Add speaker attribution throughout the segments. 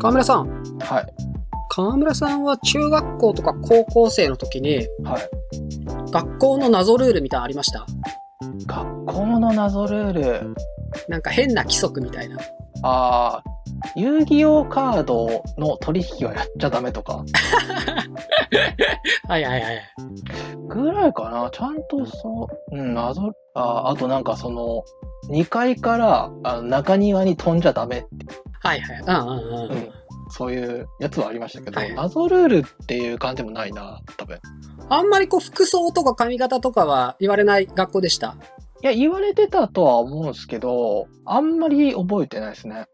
Speaker 1: 川村さん、
Speaker 2: はい。
Speaker 1: 川村さんは中学校とか高校生の時に、
Speaker 2: はい。
Speaker 1: 学校の謎ルールみたいなのありました
Speaker 2: 学校の謎ルール。
Speaker 1: なんか変な規則みたいな。
Speaker 2: あー遊戯王カードの取引はやっちゃダメとか。
Speaker 1: はいはいはい。
Speaker 2: ぐらいかな。ちゃんとそう、うん、謎、あーあとなんかその、2階からあ中庭に飛んじゃダメ
Speaker 1: はいはい。うんうんうん。
Speaker 2: うんそういうやつはありましたけど、
Speaker 1: はい
Speaker 2: 謎ルールっていう感じもないな、多分。い
Speaker 1: あんまりこう服装とか髪型とかは言われない学校でした。
Speaker 2: や、言われてたとは思うんですけど、あんまり覚えてないですね。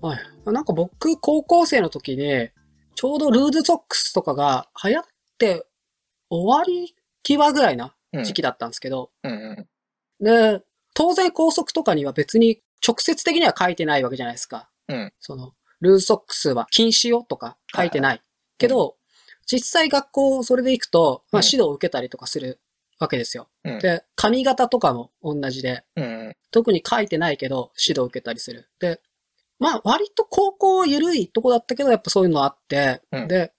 Speaker 1: はい。なんか僕、高校生の時に、ちょうどルーズソックスとかが流行って終わり際ぐらいな
Speaker 2: うん。
Speaker 1: 時期だったんですけど、
Speaker 2: うんうん。
Speaker 1: で、当然校則とかには別に直接的には書いてないわけじゃないですか。
Speaker 2: うん
Speaker 1: その、ルーズソックスは禁止よとか書いてない。けど、実際学校それで行くと、まあ
Speaker 2: うん
Speaker 1: 指導を受けたりとかするわけですよ。
Speaker 2: うん
Speaker 1: で、髪型とかも同じで、
Speaker 2: うんうん。
Speaker 1: 特に書いてないけど、指導を受けたりする。で、まあ、割と高校緩いとこだったけど、やっぱそういうのあって、
Speaker 2: うん
Speaker 1: で、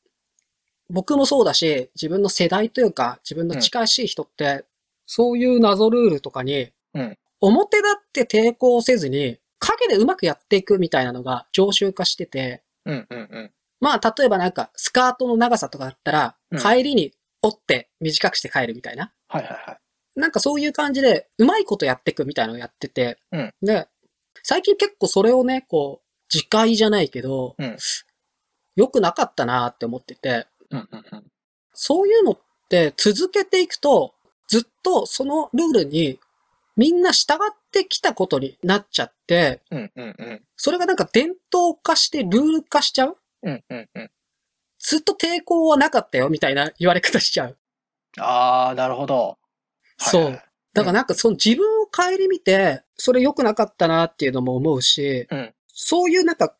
Speaker 1: 僕もそうだし、自分の世代というか、自分の近しい人って、そういう謎ルールとかに、
Speaker 2: うん
Speaker 1: 表だって抵抗せずに、影でうまくやっていくみたいなのが常習化してて、
Speaker 2: うんうんうん。
Speaker 1: まあ、例えばなんか、スカートの長さとかだったら、
Speaker 2: うん
Speaker 1: 帰りに折って短くして帰るみたいな。
Speaker 2: はいはいはい。
Speaker 1: なんかそういう感じで、うまいことやっていくみたいなのをやってて、
Speaker 2: うん
Speaker 1: で、最近結構それをね、こう、自戒じゃないけど、
Speaker 2: うん
Speaker 1: 良くなかったなって思ってて、
Speaker 2: うんうんうん。
Speaker 1: そういうのって続けていくと、ずっとそのルールにみんな従ってきたことになっちゃって、
Speaker 2: うんうんうん。
Speaker 1: それがなんか伝統化してルール化しちゃう
Speaker 2: うんうんうん。
Speaker 1: ずっと抵抗はなかったよみたいな言われ方しちゃう。
Speaker 2: あー、なるほど。はい
Speaker 1: そ。
Speaker 2: はいう
Speaker 1: だからなんかその自分を顧みて、それ良くなかったなっていうのも思うし、
Speaker 2: うん
Speaker 1: そういうなんか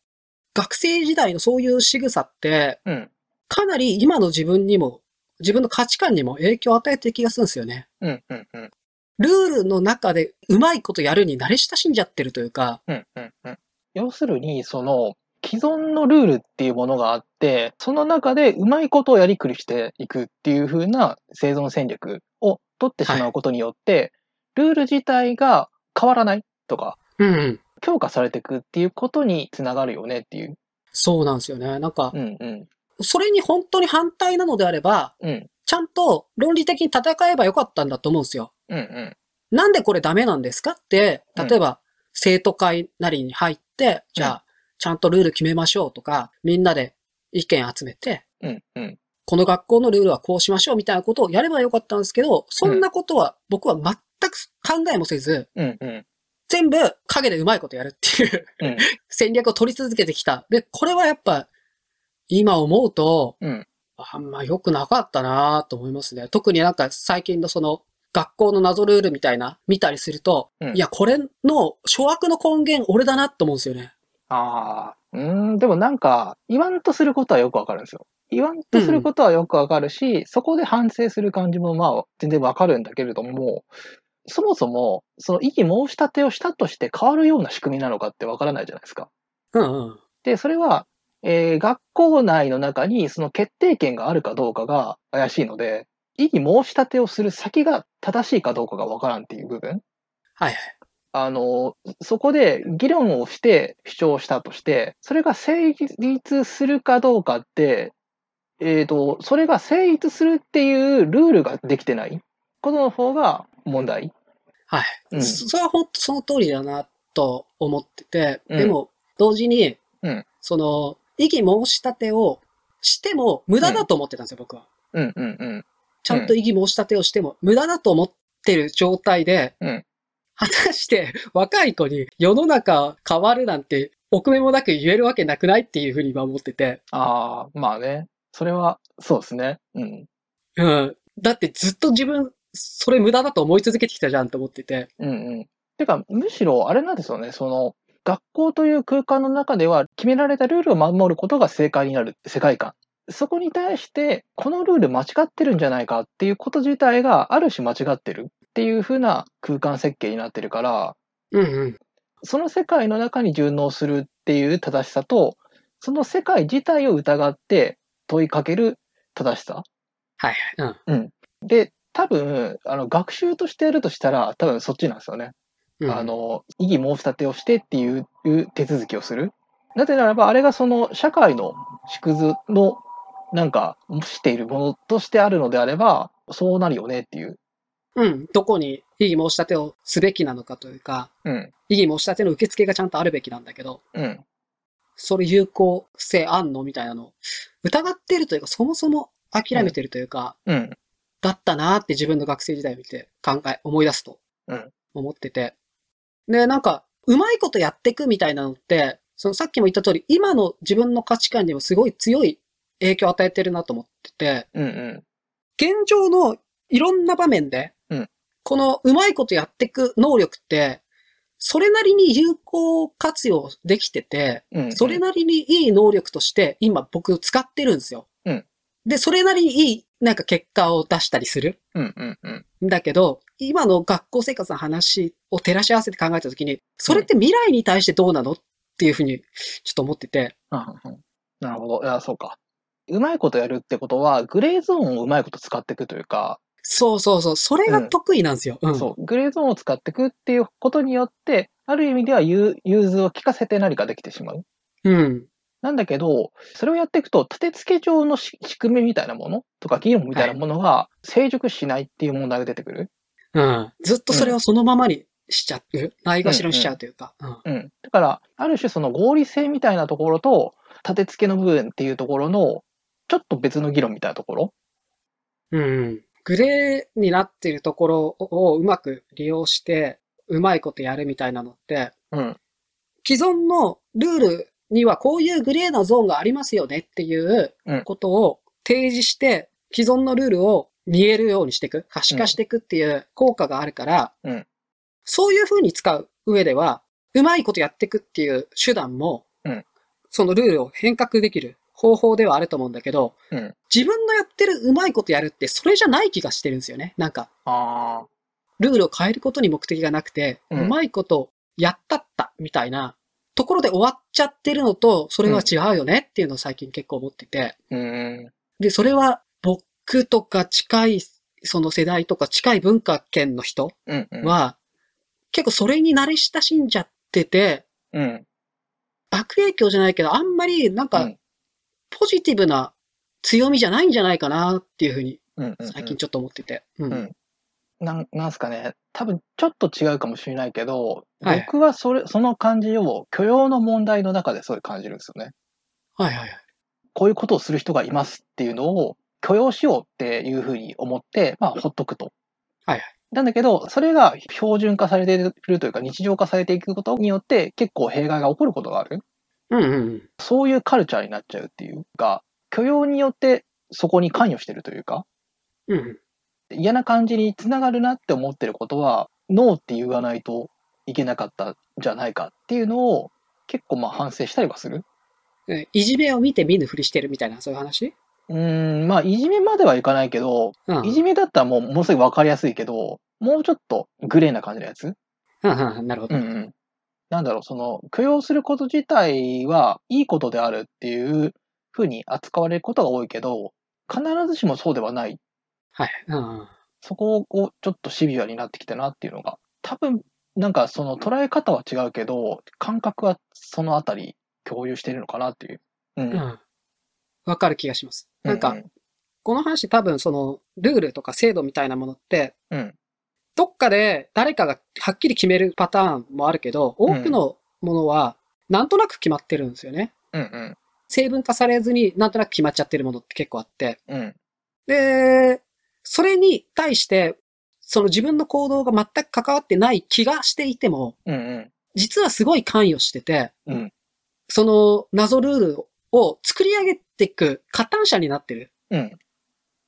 Speaker 1: 学生時代のそういう仕草って、
Speaker 2: うん。
Speaker 1: かなり今の自分にも、自分の価値観にも影響を与えてる気がするんですよね。
Speaker 2: うんうんうん。
Speaker 1: ルールの中でうまいことやるに慣れ親しんじゃってるというか、
Speaker 2: うんうんうん。要するに、その、既存のルールっていうものがあって、その中でうまいことをやりくりしていくっていう風な生存戦略を取ってしまうことによって、ルール自体が変わらないとか、
Speaker 1: うん、うん。
Speaker 2: 強化されていくっていうことにつながるよねっていう。
Speaker 1: そうなんですよね。なんか
Speaker 2: う、んうん。
Speaker 1: それに本当に反対なのであれば、
Speaker 2: うん
Speaker 1: ちゃんと論理的に戦えばよかったんだと思うんですよ。
Speaker 2: うんうん。
Speaker 1: なんでこれダメなんですかって、例えば、生徒会なりに入って、じゃ
Speaker 2: うん
Speaker 1: あ、ちゃんとルール決めましょうとか、みんなで意見集めて、
Speaker 2: うんうん。
Speaker 1: この学校のルールはこうしましょうみたいなことをやればよかったんですけど、そんなことは僕は全く考えもせず、
Speaker 2: うんうん。
Speaker 1: 全部影でうまいことやるっていう
Speaker 2: うん
Speaker 1: 戦略を取り続けてきた。で、これはやっぱ、今思うと、
Speaker 2: うん
Speaker 1: あんま良くなかったなと思いますね。特になんか最近のその学校の謎ルールみたいな、見たりすると、
Speaker 2: うん
Speaker 1: いや、これの諸悪の根源俺だなと思うんですよね。
Speaker 2: ああ、うーん、でもなんか、言わんとすることはよくわかるんですよ。言わんとすることはよくわかるし、そこで反省する感じもまあ、全然わかるんだけれども、そもそも、その異議申し立てをしたとして変わるような仕組みなのかってわからないじゃないですか。
Speaker 1: うんうん。
Speaker 2: で、それは、えー学校内の中にその決定権があるかどうかが怪しいので、異議申し立てをする先が正しいかどうかがわからんっていう部分。
Speaker 1: はいはい。
Speaker 2: あの、そこで議論をして主張したとして、それが成立するかどうかって、えっ、と、それが成立するっていうルールができてないことの方が問題。
Speaker 1: はい。
Speaker 2: うん。
Speaker 1: そそれは本当その通りだなと思ってて、
Speaker 2: うん
Speaker 1: でも、同時に、
Speaker 2: うん
Speaker 1: その、異議申し立てをしても無駄だと思ってたんですよ、僕は。
Speaker 2: うんうんうん。
Speaker 1: ちゃんと異議申し立てをしても無駄だと思ってる状態で、
Speaker 2: うん
Speaker 1: 果たして若い子に世の中変わるなんて、臆面もなく言えるわけなくないっていうふうに今思ってて、
Speaker 2: ああ、まあね。それは、そうですね。うん。
Speaker 1: うん。だってずっと自分、それ無駄だと思い続けてきたじゃんと思ってて、
Speaker 2: うんうん。てか、むしろあれなんですよね。その、学校という空間の中では決められたルールを守ることが正解になる世界観そこに対して、このルール間違ってるんじゃないかっていうこと自体がある種間違ってるっていう風な空間設計になってるから、
Speaker 1: うんうん。
Speaker 2: その世界の中に順応するっていう正しさと、その世界自体を疑って問いかける正しさ。
Speaker 1: はいはい。
Speaker 2: で、多分、あの、学習としてやるとしたら、多分そっちなんですよね。
Speaker 1: うん。うん
Speaker 2: あ、の、異議申し立てをしてっていういう手続きをする。なぜならば、あれがその社会の縮図の、なんか、しているものとしてあるのであれば、そうなるよねっていう。
Speaker 1: うん。どこに異議申し立てをすべきなのかというか、
Speaker 2: うん。
Speaker 1: 異議申し立ての受付がちゃんとあるべきなんだけど、
Speaker 2: うん。
Speaker 1: それ有効性あんのみたいなのを疑ってるというか、そもそも諦めてるというか、
Speaker 2: うん。
Speaker 1: だったなーって自分の学生時代を見て考え、思い出すと
Speaker 2: うん
Speaker 1: 思ってて。で、なんか、うまいことやってくみたいなのって、そのさっきも言った通り、今の自分の価値観にもすごい強い影響を与えてるなと思ってて、
Speaker 2: うん。う
Speaker 1: 現状のいろんな場面で、
Speaker 2: うん
Speaker 1: このうまいことやってく能力って、それなりに有効活用できてて、
Speaker 2: ん。うん。
Speaker 1: それなりにいい能力として今僕使ってるんですよ。
Speaker 2: うん
Speaker 1: で、それなりにいいなんか結果を出したりする
Speaker 2: うん。うん。うん。
Speaker 1: んだけど、今の学校生活の話を照らし合わせて考えたときに、それって未来に対してどうなのっていうふうにちょっと思ってて、
Speaker 2: あうんなるほど。いや、そうか。うまいことやるってことは、グレーゾーンをうまいこと使っていくというか、
Speaker 1: そうそうそう、それが得意なんですよ。うん。
Speaker 2: そう、グレーゾーンを使っていくっていうことによって、ある意味では融融通を利かせて何かできてしまう。
Speaker 1: うん。
Speaker 2: なんだけど、それをやっていくと、立て付け上のし仕組みみたいなものとか議論みたいなものが成熟しないっていう問題が出てくる。
Speaker 1: うん。ずっとそれをそのままにしちゃう。ないがしろにしちゃうというか。うん。
Speaker 2: うん。だから、ある種その合理性みたいなところと、立て付けの部分っていうところの、ちょっと別の議論みたいなところ。
Speaker 1: うん。グレーになっているところをうまく利用して、うまいことやるみたいなのって、
Speaker 2: うん。
Speaker 1: 既存のルールにはこういうグレーなゾーンがありますよねっていうことを提示して、既存のルールを見えるようにしていく、可視化していくっていう効果があるから、
Speaker 2: うん
Speaker 1: そういう風に使う上では、うまいことやっていくっていう手段も、
Speaker 2: うん
Speaker 1: そのルールを変革できる方法ではあると思うんだけど、
Speaker 2: うん
Speaker 1: 自分のやってるうまいことやるってそれじゃない気がしてるんですよね。なんか、
Speaker 2: ああ。
Speaker 1: ルールを変えることに目的がなくて、う
Speaker 2: うん
Speaker 1: まいことやったったみたいなところで終わっちゃってるのと、それは違うよねっていうのを最近結構思ってて。
Speaker 2: うーん。
Speaker 1: で、それは僕とか近い、その世代とか近い文化圏の人
Speaker 2: うん、うん。
Speaker 1: は、結構それに慣れ親しんじゃってて、
Speaker 2: うん。
Speaker 1: 悪影響じゃないけど、あんまりなん
Speaker 2: う
Speaker 1: か
Speaker 2: ん
Speaker 1: ポジティブな強みじゃないんじゃないかなっていうふうに
Speaker 2: うんうんうん。
Speaker 1: 最近ちょっと思ってて。うん
Speaker 2: うんなん、なんすかね、多分ちょっと違うかもしれないけど、
Speaker 1: はい
Speaker 2: 僕はそれ、その感じを許容の問題の中ですごい感じるんですよね。
Speaker 1: はいはいはい。
Speaker 2: こういうことをする人がいますっていうのを許容しようっていうふうに思って、まあ、ほっとくと。
Speaker 1: はいはい
Speaker 2: なんだけど、それが標準化されているというか、日常化されていくことによって、結構弊害が起こることがある。
Speaker 1: うんうんうん。
Speaker 2: そういうカルチャーになっちゃうっていうか、許容によってそこに関与してるというか、
Speaker 1: うんうん。
Speaker 2: 嫌な感じにつながるなって思ってることはノーって言わないといけなかったんじゃないかっていうのを結構まあ反省したりはする
Speaker 1: うんいじめを見て見ぬふりしてるみたいな、そういう話
Speaker 2: うーんまあいじめまではいかないけど
Speaker 1: うん
Speaker 2: いじめだったらもうものすごい分かりやすいけどもうちょっとグレーな感じのやつ
Speaker 1: うんうんなるほ
Speaker 2: う
Speaker 1: ど。
Speaker 2: んうんなんだろうその許容すること自体はいいことであるっていうふうに扱われることが多いけど必ずしもそうではない
Speaker 1: はい。うんうん。
Speaker 2: そこをちょっとシビアになってきたなっていうのが、多分、なんかその捉え方は違うけど、感覚はそのあたり共有してるのかなっていう。うん。
Speaker 1: う
Speaker 2: うん
Speaker 1: んわかる気がします。なん
Speaker 2: う
Speaker 1: か、
Speaker 2: ん
Speaker 1: この話多分その、ルールとか制度みたいなものって、
Speaker 2: うん。
Speaker 1: どっかで誰かがはっきり決めるパターンもあるけど、多くのものは、なんとなく決まってるんですよね。
Speaker 2: うんうん。
Speaker 1: 成分化されずになんとなく決まっちゃってるものって結構あって。
Speaker 2: うん。
Speaker 1: で、それに対して、その自分の行動が全く関わってない気がしていても、
Speaker 2: うんうん。
Speaker 1: 実はすごい関与してて、
Speaker 2: うん
Speaker 1: その謎ルールを作り上げていく加担者になってるっ
Speaker 2: うん。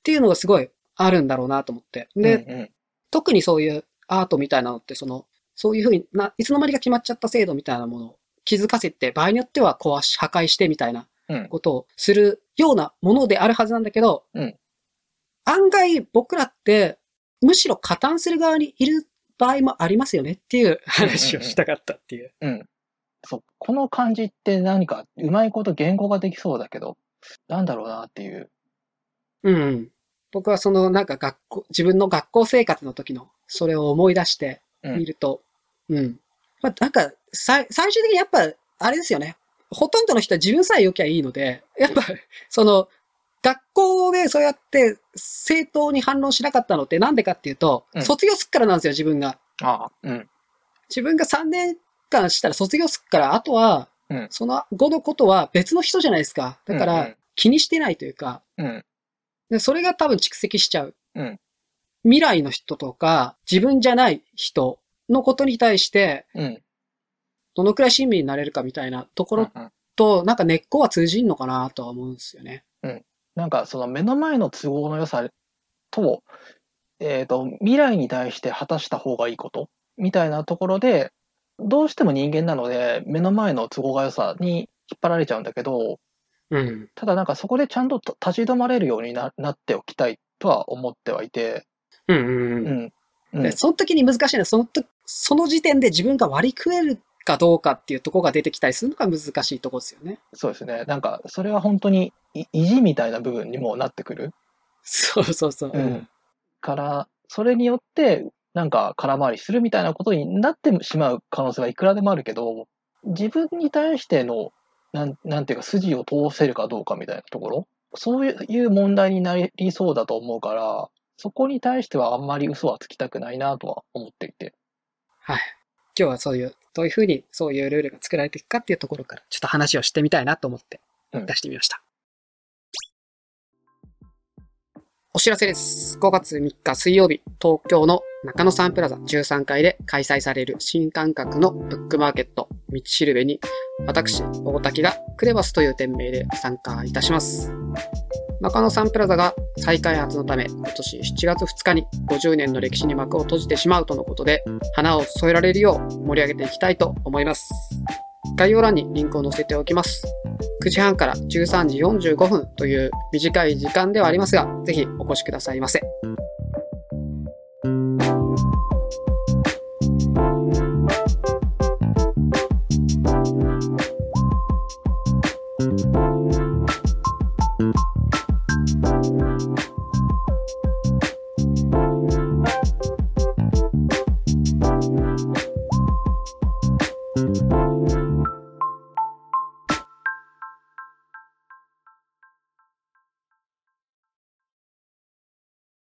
Speaker 1: ていうのがすごいあるんだろうなと思って。で、
Speaker 2: うん
Speaker 1: 特にそういうアートみたいなのって、その、そういうふうにな、いつの間にか決まっちゃった制度みたいなものを気づかせて、場合によっては壊し、破壊してみたいな
Speaker 2: うん
Speaker 1: ことをするようなものであるはずなんだけど、
Speaker 2: うん
Speaker 1: 案外僕らって、むしろ加担する側にいる場合もありますよねっていう話をしたかったっていう。
Speaker 2: うん。そう。この感じって何かうまいこと言語ができそうだけど、なんだろうなっていう。
Speaker 1: うん。僕はそのなんか学校、自分の学校生活の時のそれを思い出して
Speaker 2: うん
Speaker 1: みると、うん。まあ、なんかさい、最終的にやっぱ、あれですよね。ほとんどの人は自分さえ良きゃいいので、やっぱ、その、学校でそうやって正当に反論しなかったのってなんでかっていうと、
Speaker 2: うん
Speaker 1: 卒業すっからなんですよ、自分が。
Speaker 2: ああ、うん。
Speaker 1: 自分が3年間したら卒業すっから、あとは
Speaker 2: うん、
Speaker 1: その後のことは別の人じゃないですか。だか
Speaker 2: う
Speaker 1: ら
Speaker 2: ん、
Speaker 1: 気にしてないというか、
Speaker 2: うん。
Speaker 1: で、それが多分蓄積しちゃう。
Speaker 2: うん
Speaker 1: 未来の人とか、自分じゃない人のことに対して、
Speaker 2: うん。うん
Speaker 1: どのくらい親身になれるかみたいなところ
Speaker 2: うん
Speaker 1: と、なんか根っこは通じんのかなとは思うんですよね。
Speaker 2: なんかその目の前の都合の良さと、えっ、と、未来に対して果たした方がいいことみたいなところで、どうしても人間なので、目の前の都合が良さに引っ張られちゃうんだけど、
Speaker 1: うん。
Speaker 2: ただなんかそこでちゃんと立ち止まれるようにななっておきたいとは思ってはいて、
Speaker 1: うんうん
Speaker 2: う
Speaker 1: うん
Speaker 2: ん。う
Speaker 1: で
Speaker 2: ん。
Speaker 1: その時に難しいのは、そのとその時点で自分が割り食えるかどうかっていうところが出てきたりするのが難しいところですよね。
Speaker 2: そうですね。なんか、それは本当にい意地みたいな部分にもなってくる。
Speaker 1: そうそうそう。
Speaker 2: うんから、それによって、なんか空回りするみたいなことになってしまう可能性はいくらでもあるけど、自分に対しての、なんなんていうか、筋を通せるかどうかみたいなところ、そういう問題になりそうだと思うから、そこに対してはあんまり嘘はつきたくないなとは思っていて。
Speaker 1: はい。今日はそういう、どういうふうにそういうルールが作られていくかっていうところから、ちょっと話をしてみたいなと思って
Speaker 2: うん
Speaker 1: 出してみました。お知らせです。5月3日水曜日、東京の中野サンプラザ13階で開催される新感覚のブックマーケット、道しるべに、私、大滝がクレバスという店名で参加いたします。中野サンプラザが再開発のため、今年7月2日に50年の歴史に幕を閉じてしまうとのことで、花を添えられるよう盛り上げていきたいと思います。概要欄にリンクを載せておきます。9時半から13時45分という短い時間ではありますが、ぜひお越しくださいませ。